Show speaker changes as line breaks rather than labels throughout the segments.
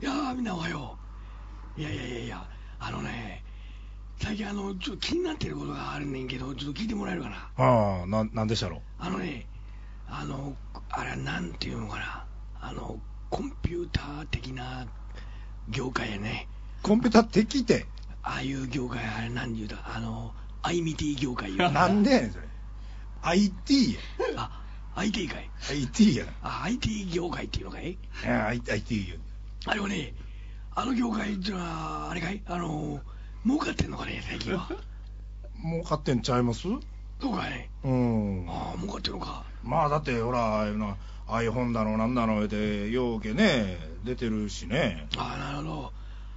いやー、みんなおはよう。いやいやいやいや、あのね、最近あの、ちょっと気になってることがあるねんけど、ちょっと聞いてもらえるかな。
ああ、ななんでしたろ
あのね、あの、あれはなんていうのかな。あの、コンピューター的な業界やね。
コンピューター的 って、
ああいう業界、あれなんて言うたあの、IMT 業界言うた
なんでやねん、それ。IT や。
あ、IT 界。
IT や。
あ、IT 業界っていうのかい
いや I- IT や。
あれはね、あの業界ってのは、あれかいあの、儲かってんのかね、最近 は。
もう買ってんちゃいます
そうかね。
うん。
ああ、儲かってるのか。
まあだって、ほら、ああいうな iPhone だの、なんだの、言うて、ようけね、出てるしね。
ああ、なるほど。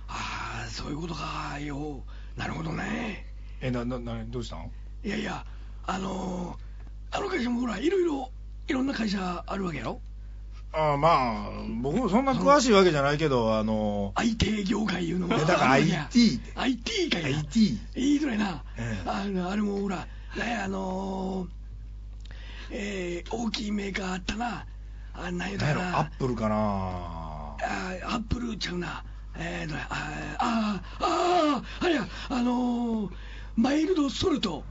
ああ、そういうことか。よう。なるほどね。
え、な、な、な、どうしたん
いやいや、あのー、あの会社もほら、いろいろ、いろんな会社あるわけやろ
ああまあ、僕もそんな詳しいわけじゃないけど、あの、
?IT 業界いうのも。
いやだから IT って
IT かいな。
IT
言いづらいな。
ええ
あのあれもほら、ね、あのー、えー、大きいメーカーあったな。あ、なんやっ
なん
た
や
か
ろ、
な。
アップルかな
あアップルちゃうな、えーどれあーあー、あれや、あのー、マイルドソルト、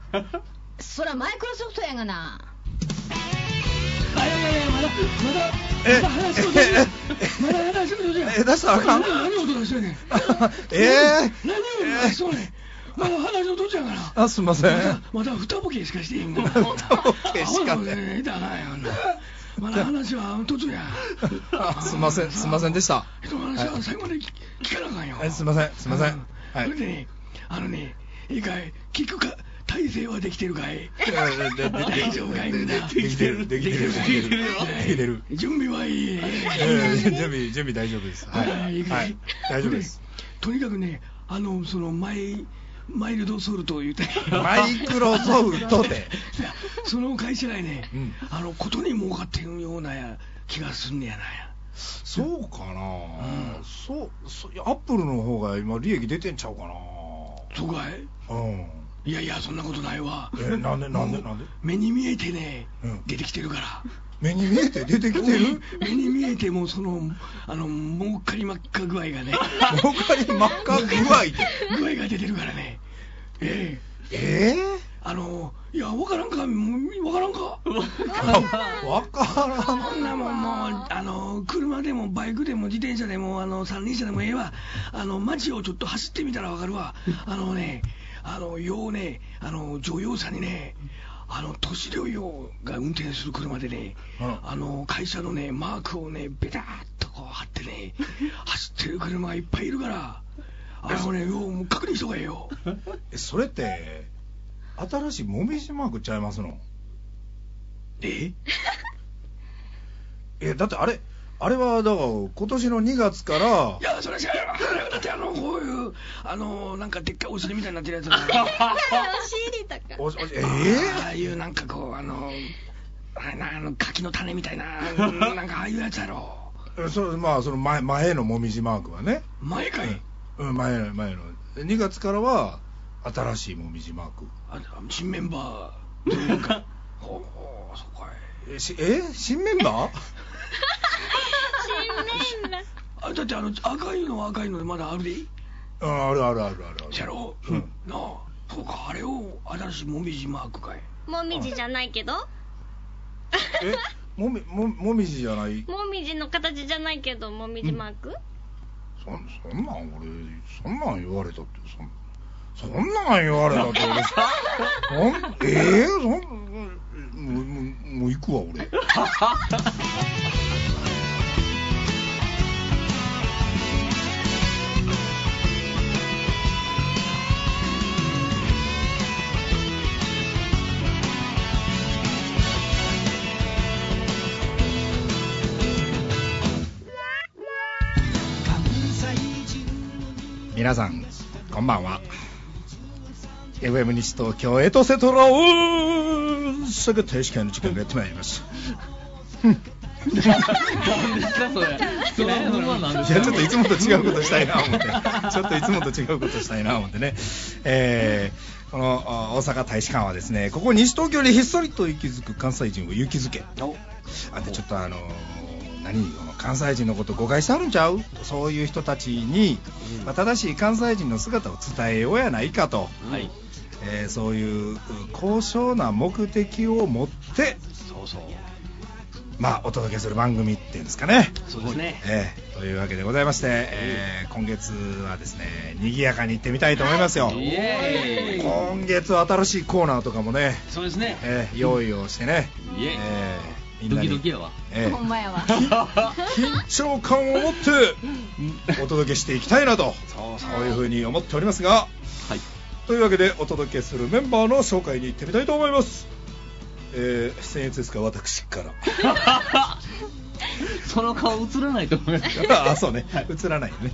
そらマイクロソフトやがな
あいやいやいや、まだ、まだ、
え
まだ話しとる
ええ
まだ話しとるじゃん、
え出したらあかん
何を 何を出してんね ん、
えー
何を出しとんねん、まだ話のとっちゃうから。
あ、すいま
ま
せん。
だ、まだ二ボケしかしてへんから。
二ボケしか
ね
ね
え。だなよ、ほんなまだ話は途中や。
あすいませんすいませんでした
人の話は最後まで聞聞かなあかんよ。
はいすいませんすいません
う
はい
それでね、あのね、いいかい、聞くか、体制はできてるかい。
ででで
大丈夫かいみんな。
できてる、できてる、
で
で
きて
きて
る
る
よ。
できてる。
準備はいい。
えー準備、準備大丈夫です。は。
はい い
は
はいい、
大丈夫です。
とにかくね、あの、その、マイ、マイルドソルトを言って。
マイクロソフトで。
いや その会社がね、
うん
あの、ことに儲かってるようなや気がすんねやな
そうかなそう、そういやアップルの方が今利益出てんちゃうかな
そうかい
うん。
いやいや、そんなことないわ。
え、なんで、なんで、なんで
目に見えてね、
うん
出てきてるから。
目に見えて出てきてる
目に見えてもうその、あの、儲かりまっか具合がね、
他に真っ赤具合って。
具合が出てるからね。ええ
え
あの、いや、わからんか、もうわから んか。
ー、わからん。
こんなもん、もう、あの、車でもバイクでも自転車でも、あの、三輪車でもええわ。あの、街をちょっと走ってみたらわかるわ。あのね、あの、ようね、あの、乗用車にね、あの、年寄りが運転する車でね、
あ
あの、会社のね、マークをね、ベターっとこう貼ってね、走ってる車がいっぱいいるから、あのね、よう、もう確認しとかええよ。
え、それって、新しいもみじマークちゃいますの
え
えだってあれあれはだから今年の2月から
いや、それは知らんよ。だって、あの、こういう、あの、なんかでっかいお尻みたいになってる やつだから。
知りたか
おおえ
ああ
え
いうなんかこうあのあなあの柿の種み たいななんかああいうやつやろ
えそうまあその前前のもみじマークはね、
前かい、
うん、前の前の2月からは新しいもみじマーク
あ新メンバーというか ほうほうそうかい
えしえ新メンバー
新年
あだってあの赤いのは赤いのでまだあるでいい
うんあるあるあるあるある
じゃろ、
うん
なあそうかあれを新しいもみじマークかい
もみじじゃないけど
えもみももみじじゃない
もみじの形じゃないけどもみじマーク
そんそんなん俺そんなん言われたってそんそんなん言われたって俺 そんええそんもうもうもう行くわ俺。皆さんこんばんは FM 西東京エトセトラをすぐ停止会の時間がやってまいりました
何ですかそれそれは何です
い
か
やちょっといつもと違うことしたいな思ってちょっといつもと違うことしたいな思ってねえーこのあ大阪大使館はですねここ西東京にひっそりと息づく関西人を勇気づけあでちょっとあのー何この関西人のこと誤解してあるんちゃうそういう人たちに、
うん
まあ正しい関西人の姿を伝えようやないかと、
はい
えーそういうう高尚な目的を持って、
そうそう
まあ、お届けする番組っていうんですかね。
そうですね
ええというわけでございまして、えー今月はですね賑やかに行ってみたいと思いますよ、
イエーイ
今月は新しいコーナーとかもね、
そうですね
えー用意をしてね、
イエーイ
えーみん
ド
な
キ
に
ドキやわ
えー
ほんまやわ。
緊張感を持ってお届けしていきたいなと
そうそう
そういうふうに思っておりますが
はい
というわけでお届けするメンバーの紹介に行ってみたいと思いますえー、僭越ですが私から
その顔映らないと思いますよ
あそうね映らないよね、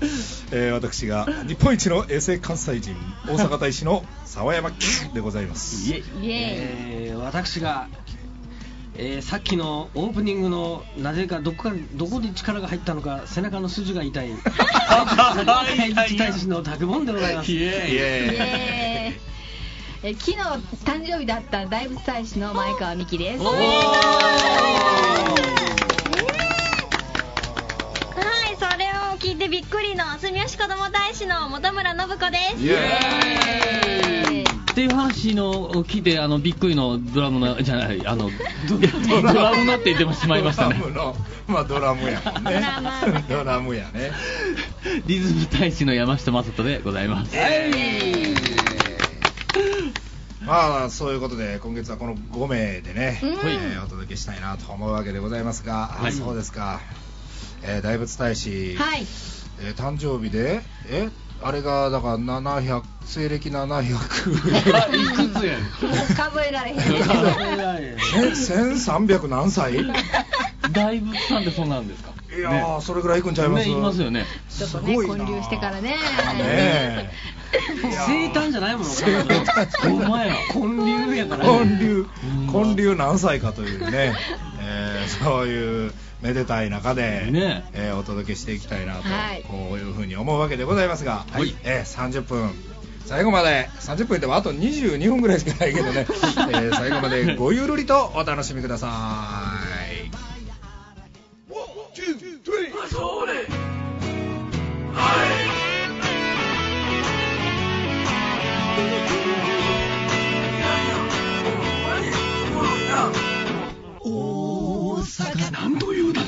えー私が日本一の衛星関西人大阪大使の沢山キュンでございます
イエイ
イエ
えー私が、えーさっきのオープニングのなぜかどこかどこで力が入ったのか背中の筋が痛い
痛い
大地大使の拓本でございます
イエーイイ
ーイ。イエーイ。え昨日誕生日だった大仏大使の前川美樹です。
おー
はい、それを聞いてびっくりの住吉子ども大使の本村信子です。
イエ
ーイ
っていう話のを聞いてあのびっくりのドラムのじゃないあのドラムのって言ってもしまいましたね
ドラムのまあドラムやもんね
ドラマーだ
ドラムやね
リズム大使の山下正人でございます
まあそういうことで今月はこの5名でね、
うん
えーお届けしたいなと思うわけでございますが、あ
はい
そうですか、えー大仏大使、
はい。
えー誕生日でえあれがだから700西暦
あ
700
いくつやね
もう数えられへん。
え1300何歳い
ん大仏さんってそうなんですか
やー、それぐらいいくんちゃいます
ねいますよね
ちょっと
す
ね
ごいな
混流してからね。
ねえいやー
生誕じゃないものか
生誕
お前や
混流 やからね、
建立
う
建
ん
立何歳かという ね、えーそういうめでたい中で、
ね
えーお届けしていきたいなと、
はい
こういうふうに思うわけでございますが、
はい
えー30分最後まで30分でもあと22分ぐらいしかないけど ね、えー最後までごゆるりとお楽しみください。
大阪なんというだか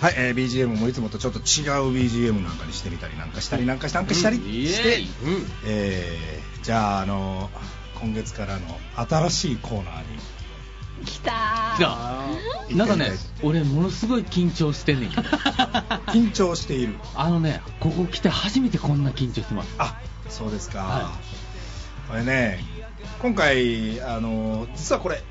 はい、えー BGM もいつもとちょっと違う BGM なんかにしてみたりなんかしたりなんかしたなんかしたり
うん
して、
イエーイ
うん
えーじゃあ、あの今月からの新しいコーナーに
来た
来た
ー
なんかね俺ものすごい緊張してんねんけど
緊張している
あのねここ来て初めてこんな緊張してます
あそうですか、
は
これね今回あの実はこれ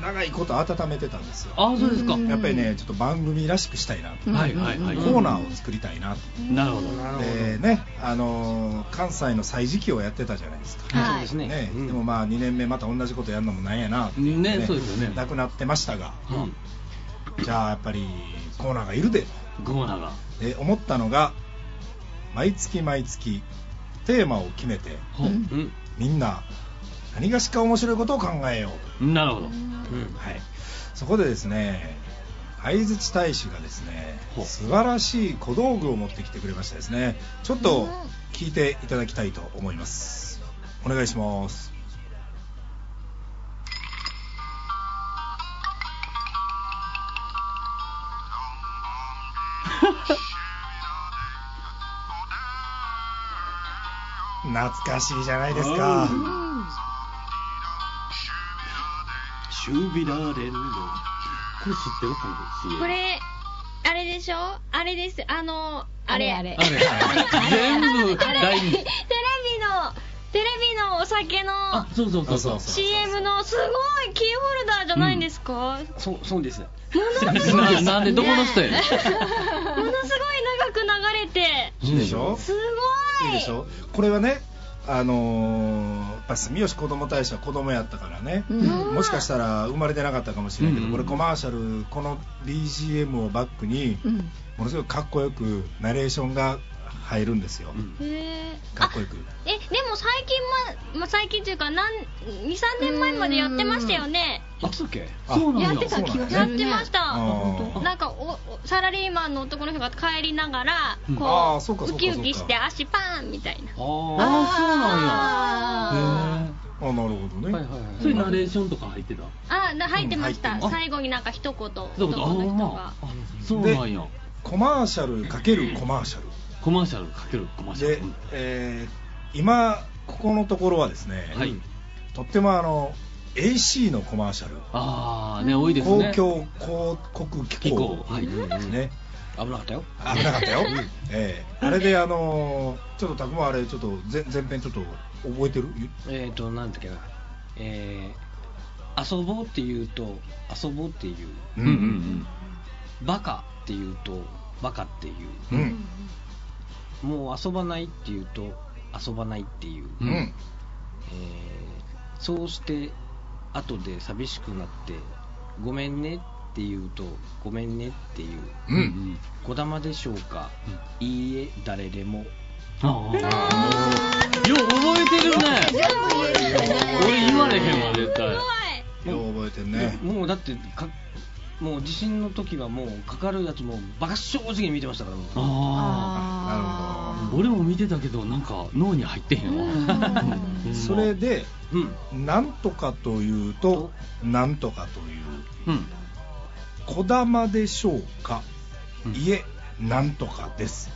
長いこと温めてたんですよ
ああそうですか
うん
やっぱりねちょっと番組らしくしたいな、
うん
はいはいはい
コーナーを作りたいなと
なるほど
なるほど、
でねあの関西の歳時記をやってたじゃないですか
そ
は
う
い
ですね
ね
うん
でもまあ2年目また同じことやるのもなんやなって
ねそうですよね
なくなってましたが
うん
じゃあやっぱりコーナーがいるで
コーナーが
で思ったのが毎月毎月テーマを決めて
ほう
うん
みんな何がしか面白いことを考えよ
なるほど
うん
う、はい、そこでですね相づち大使がですね
ほう
素晴らしい小道具を持ってきてくれましたですねちょっと聞いていただきたいと思いますお願いします懐かしいじゃないですか
シュービラーレンド
これ知ってるこの CM
これ、あれでしょあれです。あの、あれ。
あれ
あれ全部第
テレビ
二
の、テレビのお酒の
あそうそうそうそ
あ
う
そう
CM のすごいキーホルダーじゃないんですか、
そうそうです
ななんでどこの人やね
も
ん
のすごい長く流れて、
いいでしょ
すごい
いいでしょこれはねあのーやっぱ住吉子ども大使は子供やったからね、
うん
もしかしたら生まれてなかったかもしれないけど、
うんうん
これコマーシャルこの BGM をバックに、
うん
ものすごくかっこよくナレーションが入るんですよ、
うん
へー
かっこよく
あえでも最近ま、まあ、最近というか23年前までやってましたよね
いつだっけ
あ
そうなん
や
や
ってた気がす
や
る
っ
ね
てました、
あー
なんかおおサラリーマンの男の人が帰りながら
うん
あ
こ
ーそうかそうか
ウキウキ
そ
し
う
て
か
足パーンみたいな
あ
あ
あ
ー
あなるほど
は
ね、
いはいはい
それナレーションとか入ってた
あな入ってました、
うん
入ってる
最後になんか一言男
そういうことあ
の
ほ
人
ん
が
まあそうなんや
コマーシャルかけるコマーシャル
コマーシャルかけるコマーシャ
で
ル、
えー今ここのところはですね、
はい
とってもあの AC のコマーシャル、
ああね多いです
公
ね
共広告機
機構
構
はい
ですね、
危なかったよ
危なかったよ、ええあれであのーちょっとたくもあれちょっと前前編ちょっと覚えてる
えっ、ー、となんだっけなえー、遊ぼうって言うと遊ぼうっていう
うんうん
バカって言うとバカっていう
うんうん
もう遊ばないって言うと遊ばないっていう、
う
う
んん、
えーそうして後で寂しくなってごめんねって言うとごめんねっていう
う
うんんうん
こだまでしょうか、いいえ誰でも
ああよう覚えてるね
全部言えるんだね
俺言われへんわ絶対
よう覚えてるね
もうだってかもう地震の時はもうかかるやつもバカ正直に見てましたからもう
あ
な
あ俺も見てたけどなんか脳に入ってへんわうん
それで
うん
なんとかというとなんとかという
うん
こだまでしょうか、
うん
いえなんとかです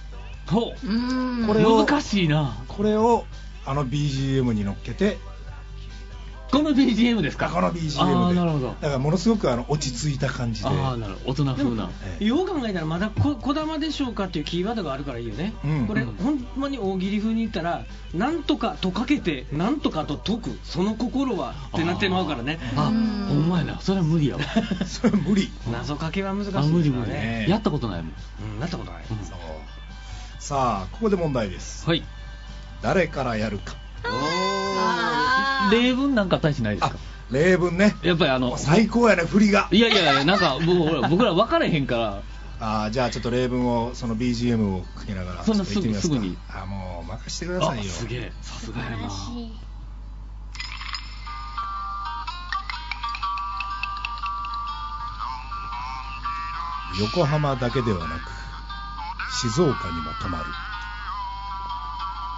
ほ
うーん
これを
う難しいな
これをあの BGM に乗っけて
この BGM ですか
この BGM で
ああなるほど
だからものすごくあの落ち着いた感じで
ああなるほど大人風な
ええ
よう考えたらまだこ「こだまでしょうか」っていうキーワードがあるからいいよね、
うん
これ、
うん
ほんまに大喜利風に言ったら「なんとか」とかけて「なんとか」と解くその心はってなってまうからね
あほんまやなそれは無理やわ
それは無理
謎かけは難しいで
あ
すから
無理無理、
ね、
やったことないもん
うん、なったことない、
うん
そうさあここで問題です
はい
誰からやるか
あー
例文なんか大しないです
あ
か
例文ね
やっぱりあ
も
の
う最高やね振りが
いやいやなんかもうほら僕ら分かれへんから
あーじゃあちょっと例文をその BGM をかけながら
そんな
ちょっと言ってみます
ぐ
か
すぐに
あーもう任してくださ
あ
いよ
すげえさすがやな
横浜だけではなく静岡にも泊まる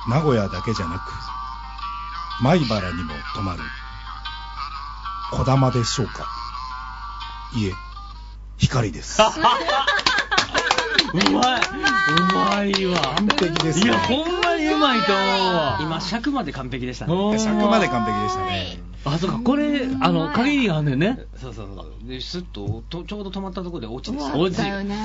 名古屋だけじゃなく米原にも泊まるこだまでしょうかいえ光です
うまいうまいわ
完璧です
いやほんまにうまいと思うわ
今尺まで完璧でしたね
ほんま
尺まで完璧でしたね
あそうかこれあの限りがあんねんね
そうそうそうでスッととちょうど止まったところで落ちて
う
さ
そ
わ
うだよね
やっ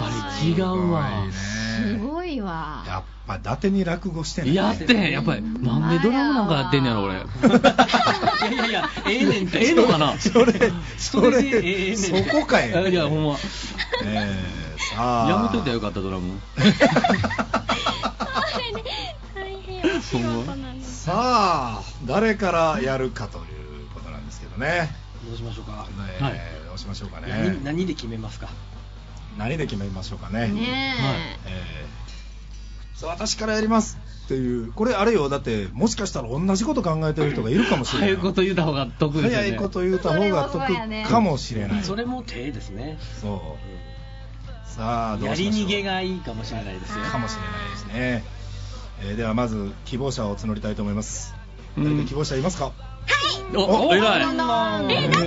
ぱり違うわ
すごいわ
やっぱ伊達に落語してない、
やってへんやっぱりなんでドラムなんかやってんねやろ俺
いやいやいやええねんって
ええのかな
それそ
それでええね
れ
ん
そこかい
あいやほんま
ええさあ
やめといたらよかったドラム
大変お仕事なのに
さあ誰からやるかということなんですけどね、
どうしましょうか、
えー
はい
どうしましょうかね
何何で決めますか
何で決めましょうかね
ね
えーさあ私からやりますっていうこれあれよだってもしかしたら同じこと考えてる人がいるかもしれな
早
い
いこと言うた方が得意ですよね
早いこと言うた方が
それもそうやね
得かもしれない
それも手ですね
そうさあど
や
うし
り
ましょう
逃げがいいかもしれないですよ
かもしれないですね、えーではまず希望者を募りたいと思います
うん
誰か希望者いますか、
お
お
偉い
えだって先にやった方が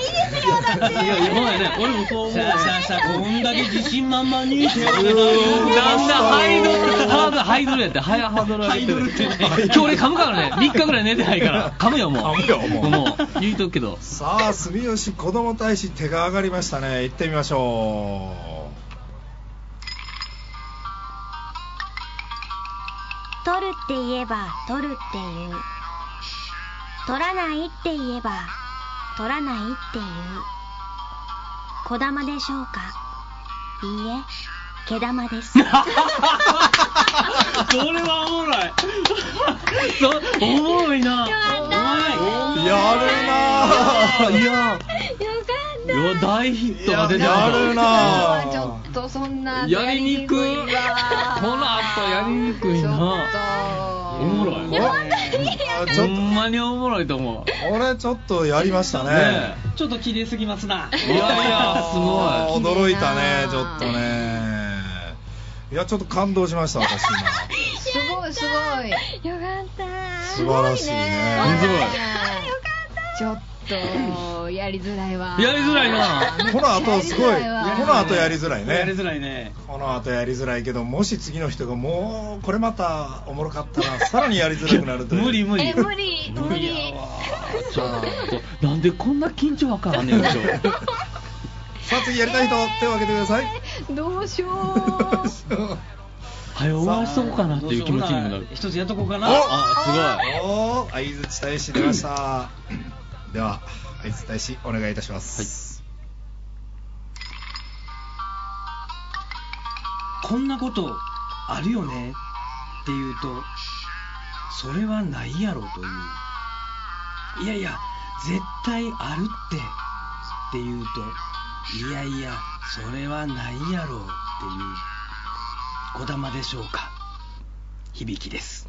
いいですよだって
いやいやほんまやね俺もそう思う
さあさあさあこんだけ自信満々に手を挙げた
だんだんハイドル、ハードル、ハイドルやって、ハイハードルハイドルって。今日俺噛むからね、3日ぐらい寝てないから、噛むよもう。
噛むよもう
言うとくけど。
さあ住吉子ども大使手が上がりましたね行ってみましょう
取るって言えば取るっていう取らないって言えば取らないっていう小玉でしょうかいいえ毛玉です
それはおもろい。そおもろい
や
な。
るなあ
いや、
よかった
や大ヒットが出て
やるなぁ
ちょっとそんな
やりにくい
やりにくいわ
この後やりにくいな
ちょっ
おもろい
と
あち
ほ
ょっと
んまにおもろいと思う
これちょっとやりましたね
ね
ちょっと綺麗すぎますな。
えいやいや すごい
驚いたねちょっとねいやちょっと感動しました私今
すごいすごい
よかった
素晴らしいね
すごい
ちょっとやりづらいわ
やりづらいな
この後すごいこ
やりづらいわ
の後やりづらい
やりづ
ね
らいね。
この後やりづらいけどもし次の人がもうこれまたおもろかったらさらにやりづらくなるという
無理無
え
理
無理無理
ちょっとなんでこんな緊張わからんねんでしょ
さあ次やりたい人手を挙げてください
どうしよう
早終わらしとこうかなっていう気持ちにもなる
一つやっとこうかな。
あす
おお相づち大使出ましたでは相づち大使お願いいたします、
こんなことあるよねって言うと、それはないやろという。いやいや、絶対あるってって言うと、いやいや、それはないやろっていう。こだまでしょうか。響きです。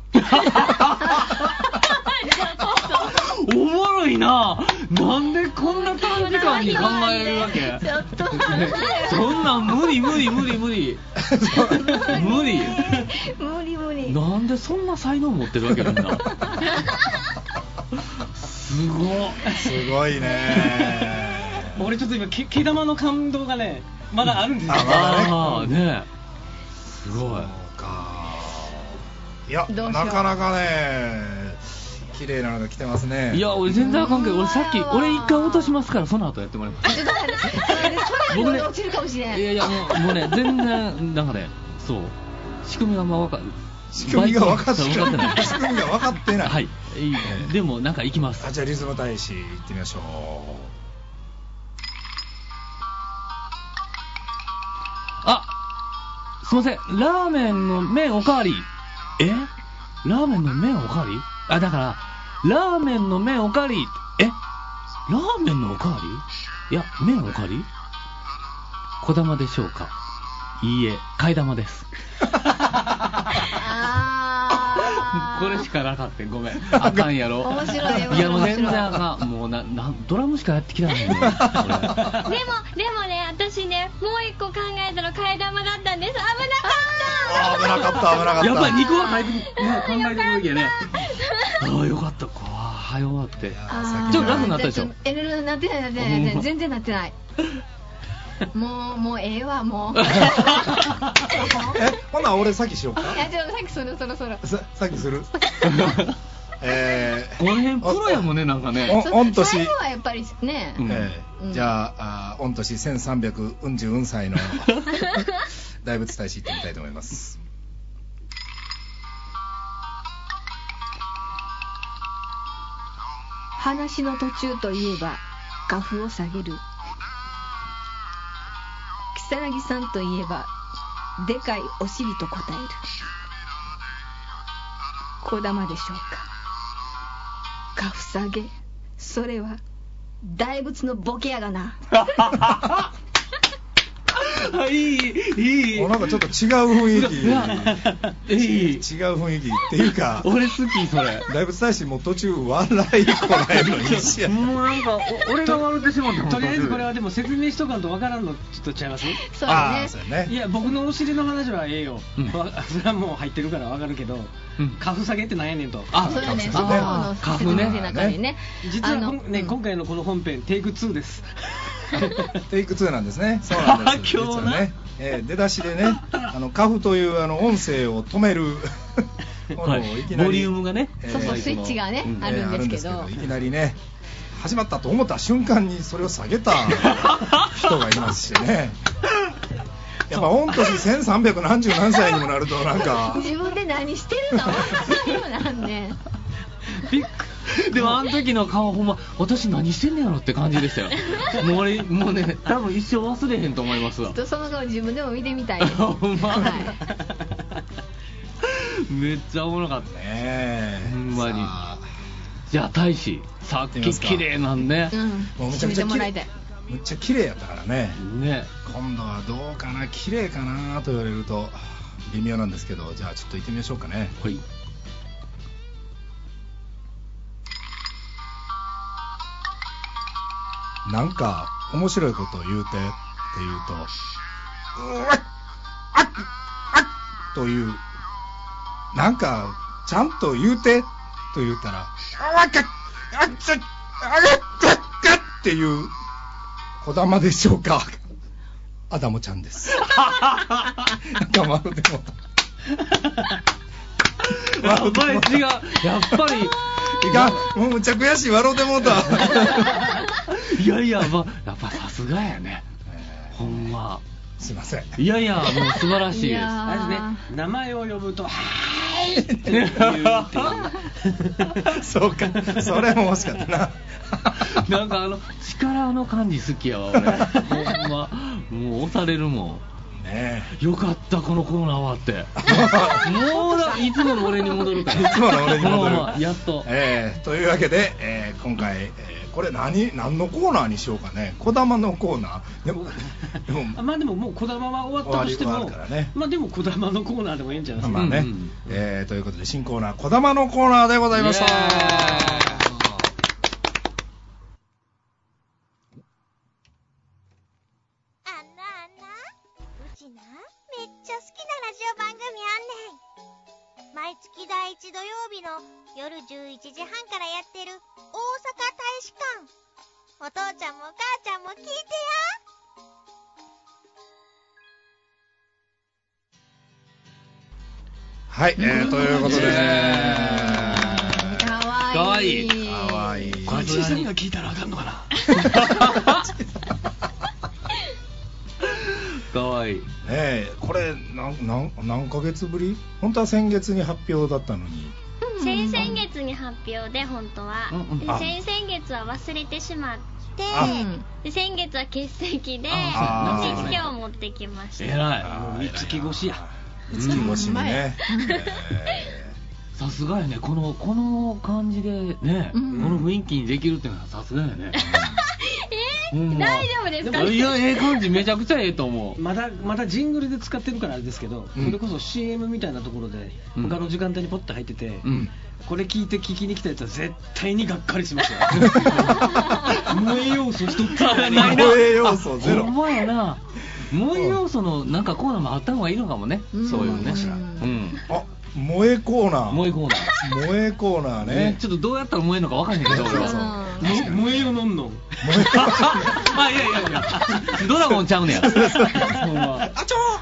ごいおもろいななんでこんな短時間に考えるわけ
ちょっと
そんなん無理無理無理無理無理
無理無理
なんでそんな才能持ってるわけみんなすごっ
すごいね
俺ちょっと今、け毛玉の感動がね、まだあるんですよ。
ああ ねすご
そ
い
うかいや
どうしよう
なかなかね綺麗なのが来てますね
いや俺全然関係ない俺さっき
うわー
俺一回落としますからその後やってもらいます
ちょっと待ってそれで空に落ちるかもしれない
いやいやもうもうね全然なんかねそう仕組みがあんま分か
仕組みが分かって
そう分
な
かってない
い仕組みが分かってない
はいいいでもなんか行きます
あじゃあリズム大使行ってみましょ う
あすいません、ラーメンの麺おかわり。えラーメンの麺おかわりあ、だから、ラーメンの麺おかわり。えラーメンのおかわりいや、麺おかわり小玉でしょうかいいえ、替え玉です。
あー
これしかなかったごめん。あかんやろ。
面白い面白い
いや、もう全然あかん。もうな、な、ドラムしかやってきたのに。
でも、でもね、私ね、もう一個考えたの替え玉だったんです。危なかった。
あ危なかった危なかった
やっぱり肉は入って考えてるわけや ね。ああ、よかった。こう、はよ終わって。
あー
ちょっとラフになったでしょ
えなってないなってないなってない全然なってないもうもうええわ もう い
えほな俺先しようか
やちょっとさっきそろそろそろ
さ先するえ
この辺プロやもんね、なんかね。
お御年
最後はやっぱりね、
うん
えー
うん
じゃああー御年1300うん十うん歳の大仏大使行ってみたいと思います
話の途中といえば画風を下げる如月さんといえばでかいお尻と答える小玉でしょうか画風下げそれは大仏のボケやがな
あいい、いい
お、なんかちょっと違う雰囲気
いやいい。
違う雰囲気っていうか
俺好き、それ。
大仏大使もう途中笑いこらえるのにしや
もうなんか、お俺が笑ってしまった
とりあえずこれはでも説明しとかんとわからんのちょっとちゃいます
そう
あ
ね
あそうや
い
ね
や僕のお尻の話はええよ、
うん
わそれはもう入ってるからわかるけど、
うん
カフ下げってなんやねんと
あ
そうよね、
カフ
そ
ね
うの
カ
説
フ
明
ね
の中にね。
実はこんね、
うん
今回のこの本編テイク2です
テイク2なんですねそうなんです
今日な
実はね、えー出だしで ねあのカフというあの音声を止めるもの
は
をいき
い、
なり
ボリュームがね。
え
そうそう、
え
スイッチがね、
うん
あるんですけ
えー
ど
あるん。いきなりね始まったと思った瞬間にそれを下げた 人がいますしねやっぱ御年1300何十何歳にもなるとなんか
自分で何してるの 分からんよなんね。
びっくでもあの時の顔ほんま私何してんねやろって感じ でしたよもう俺もうね多分一生忘れへんと思います
ちょ
わ
っとその顔自分でも見てみたいです。
ほんま
はい。
めっちゃおもろかった
ねえ
ほんまに
さあ
じゃあ大使さっき綺麗なんで
うん。
もうめちゃ
決
くち
めて
ゃ
も
き
ら
れい
いたい。
むっちゃ綺麗やったからね
ね
今度はどうかな綺麗かなと言われると微妙なんですけどじゃあちょっと行ってみましょうかね
はい
なんか面白いことを言うてって言うと、うわっ、あっ、あっという、なんかちゃんと言うてと言ったら、あわかっ、あっちゃ、あれっかっかっていう、こだまでしょうか。アダモちゃんです。なんかまるでもた。
やっぱり違うやっ ぱ
り。いや、もうむちゃ悔しい、笑うてもうた。
りいやいや、まあ、やっぱさすがやねほんます
いません。
いやいやもう素晴らしいです
や
あれ
ー
ですね名前を呼ぶと「はーい!」って言うっていう
そうか、それも惜しかった な。
なんかあの力の感じ好きやわ俺ほんまもう押されるもん
ね
よかったこのコーナー終わってもうだいつもの俺に戻るか
え。
ら
いつもの俺に戻
こ
る
のまま。やっと
ええというわけで、ええ今回、ええこれ何、何のコーナーにしようかね。こだまのコーナー。でも、で
あ
も、
まあでももうこだまは終わったとして
終わ
も
り終わるからね
まあでもこだまのコーナーでもいいんじゃないです
ま
か、
あね、
うんうん
ええということで、新コーナー、こだまのコーナーでございました。
イエ
あんなあんなうちなめっちゃ好きなラジオ番組あんねん毎月第1土曜日の夜11時半からやってる大阪大使館お父ちゃんもお母ちゃんも聞いてや
はい、ええということでね。
かわいい。
かわ
かわい
いい
い。
これ、小 さいが聞いたらあかんのかな。
かわいい
ねえこれなんなん何ヶ月ぶり本当は先月に発表だったのに
先々月に発表で本当は、
うんうん
で
あ
先々月は忘れてしまって
あ
で先月は欠席で
あ
で
ーそうなん
今
だ
日持ってきました
偉
もう三月越しや
い月越しにね、
いさすがやねこのこの感じでね、
うん
この雰囲気にできるっていうのはさすがやねえ
大丈夫ですか
いやええ感じめちゃくちゃええと思う
まだまだジングルで使ってるからあれですけど、
うん
それこそ CM みたいなところで
うん
他の時間帯にポッと入ってて、
うん
これ聞いて聞きに来たやつは絶対にがっかりし ますよ無栄養素一つもない
ないな
防衛要素ゼロ
ほんまやな萌え要素のなんかコーナーもあった方がいいのかもね、
うん
そういうね
うん
うん
あ萌えコーナー
萌えコーナー
萌えコーナーね
ね、ちょっとどうやったら燃えるのかわかんないけど、
そう
俺
そう
は
そう
も無栄養のんのん
あ、いやいやいや、ドラゴンちゃうね や。ほんま
あちょー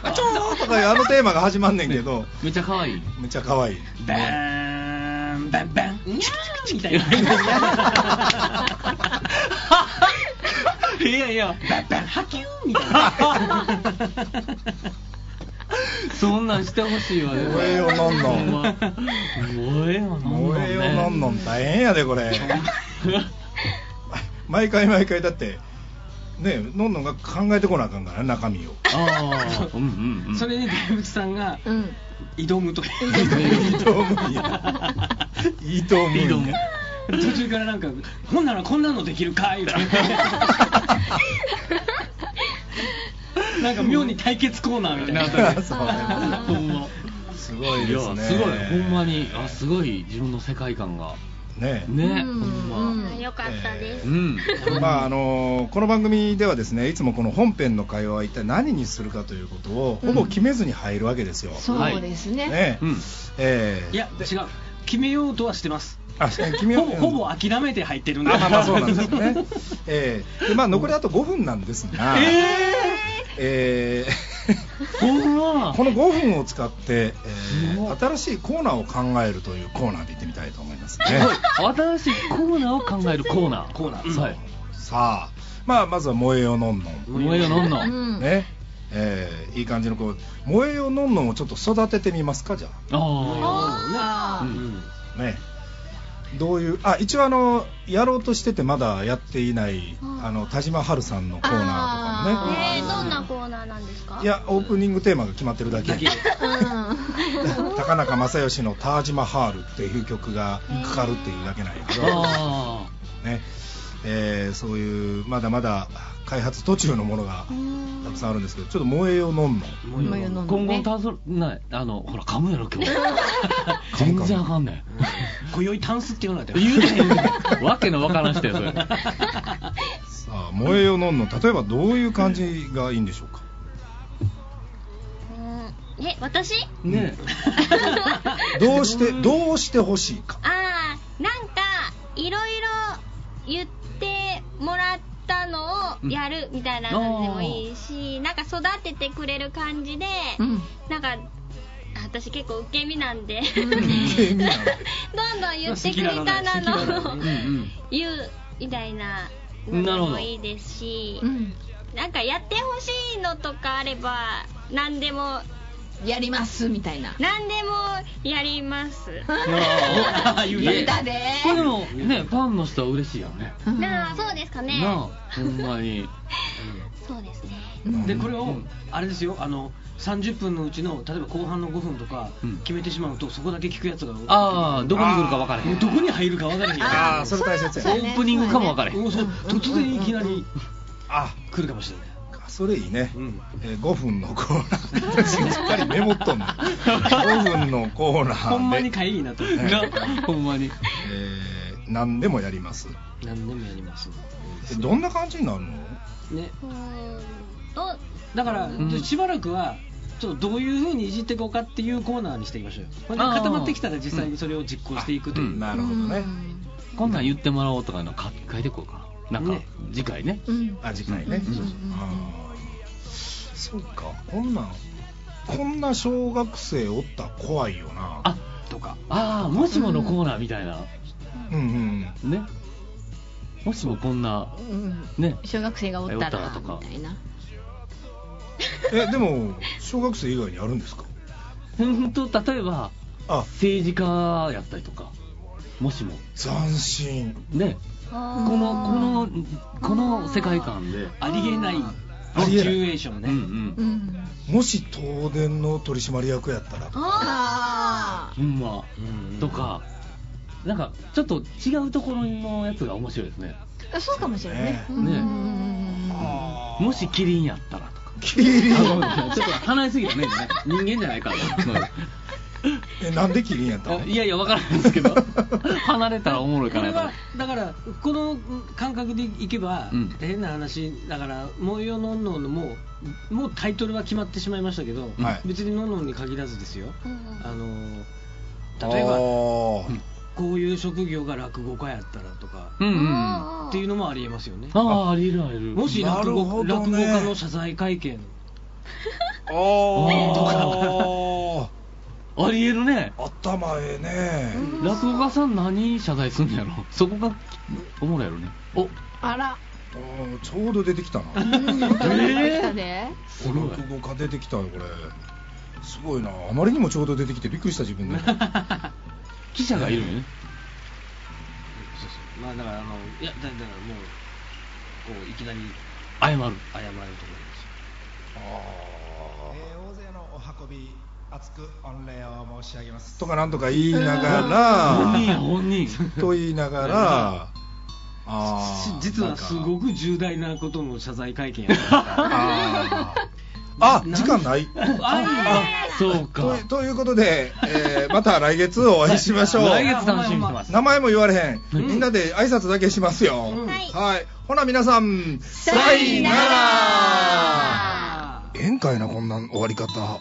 あちょーとかいうあのテーマが始まんねんけど
めっちゃ可愛い。
めっちゃ可愛い
バーンバンバンにゃーみたいな
いやいや、
バンバンハキューみたいな
そんなんしてほしいわね。
燃えよのんのん
ほま燃えよのんのんね。
萌えよのんのん大変やでこれ毎回毎回だってねのんのんが考えてこなあかんからね中身を
ああ、うんうん うん。
それに大仏さんが
うん。
挑むという
いいと思うよいいと思う
いいと思う
ね
途中からなんか「ほんならこんなのできるか?」言うてなんか妙に対決コーナーみたいな
そう
ほんま。
すごい
い
で
や、
すね
すごい、ほんまに、あ、すごい、自分の世界観が。
ね
ね、ほ
うん
んま。
うん
よかったです、
うん。
まああのこの番組ではですねいつもこの本編の会話は一体何にするかということをほぼ決めずに入るわけですよ、
そうですね。
ね
うん
えー
いや違う決めようとはしてます
あ君は
ほぼほぼ諦めて入ってるんで
あまあまあそうなんです よねえーでまあ残りあと5分なんですがえー
ほんま。
この5分を使って、え
すご
ー
い
新しいコーナーを考えるというコーナーでいってみたいと思いますね。
新しいコーナーを考えるコーナー。
コーナー
うんはい。
さあ、まあ、まずは萌えよのんのん、
萌えよのんの。
うんん。
ねえーいい感じの子、萌えよのんのんをちょっと育ててみますか、じゃ
あ
あ
あ。う
うんん
あ、ね、どういう、あ一応あの、やろうとしてて、まだやっていない、あの田島春さんのコーナーとかもね、
えー、どんなコーナーなんですか
いや、オープニングテーマが決まってるだけ
だ。け
高中正義の「田島ハール」っていう曲がかかるっていうだけなんやけど、
あ
ねえーそういうまだまだ開発途中のものがたくさんあるんですけどちょっと燃えよのんの
もう
もう飲んでね
今後炭素ないあのほら噛むやろ今日全然わかんない
今宵タンスって言わないと
言 うてへんねんわけのわからん人やそれ
さあ燃えよのんの例えばどういう感じがいいんでしょうか
うんえ私
ね
どうしてどうしてほしいか
ああなんかいろいろ言ってもらったのをやるみたいなのでもいいし、なんか育ててくれる感じで、
うん
なんか私結構受け身なんで
受け身なの
どんどん言ってくれたなのを言うみたいな
なる
の
ほど
もいいですし
うん
なんかやってほしいのとかあれば何でも
やりますみたいな
何でもやります
あ言う
言う
ね
たで
これでもねファンの人は嬉しいよね
うん
なあそうですかね
なあほんまに
そうですね
でこれをあれですよあの30分のうちの例えば後半の5分とか
うん
決めてしまうと、そこだけ聞くやつが
ああどこに来るか分からへ
もうんどこに入るか分からへんよ
ああそれ大切
オ
や
そうやね
ープニングかも分からへん
もうそう突然いきなり
あ
来るかもしれない
それいいね、
ん
えー5分のコーナー私しっかりメモっとんの5分のコーナーで
ほんまに会議にな ったら
なほんまに
えー何でもやります
何でもやります
えどんな感じになるの
ね
うーんどう
だから、
ん
しばらくはちょっとどういうふうにいじっていこうかっていうコーナーにしていきましょうよほんで
あー
固まってきたら実際にそれを実行していくという、
うん
なるほどね、
こんなん言ってもらおうとかいうのか書いてこうかななんか
ね
次回ね
うん
あ次回ね、
うんうんう
あ
ん
ーそうかこんなんこんな小学生おったら怖いよな
あ
とか
ああもしものコーナーみたいな
うんうん
ねもしもこんな
うん
ね
小学生がおった
お
ら
ったらとか
みたいな
えでも小学生以外にあるんですか
本当例えば
あ
政治家やったりとかもしも
斬新
ねこ
あー
のこのこの世界観で
ありえない
あり
シ
え
チ
ない
ュエーションね、
うん
うん
もし東電の取締役やったら
あ
うんま
うん
とかなんかちょっと違うところのやつが面白いですね
あそうかもしれないね
ね
うん
ね
あー
もしキリンやったらとか
キリン
あごめんなさいちょっと離れすぎたね人間じゃないから
えなんでキリンやったの
いやいや分からないですけど離れたらおもろいか
これ
なと
はだからこの感覚でいけば、
うん
変な話だから「もうよのんのん」のもうもうタイトルは決まってしまいましたけど、
はい
別にのんのんに限らずですよ、
うん
あの例えば
ば
こういう職業が落語家やったらとか
うんうんうんあ
あー
っていうのもありえますよね
あありえるありえる
もし
な
落
る
語,、
ほど
落語
ね
家の謝罪会見
あ
ありえるね
あ頭ええね
落語家さん何謝罪すんのやろそこがおもろいやろねお
あら
うんちょうど出てきたな
出てきたで
す
落
ごい
語家出てきたよこれすごいなあまりにもちょうど出てきてびっくりした自分で
記者がいるのね
まあだからあのいやだだからもうこういきなり
謝る
謝るところ
とかなんとか言いな
本人や
が
本人
らと言いながらあ
です実
ー
はす
なん
ご
か
く重大なことの謝罪会見やった から
あーあ時間ない
あそうか
とということで、えーまた来月お会いしましょう
来月楽しみにしてます
名前も言われへん、
うん
みんなで挨拶だけしますよ、
はい
ほな皆さんさ
いな
ら宴会なこんな終わり方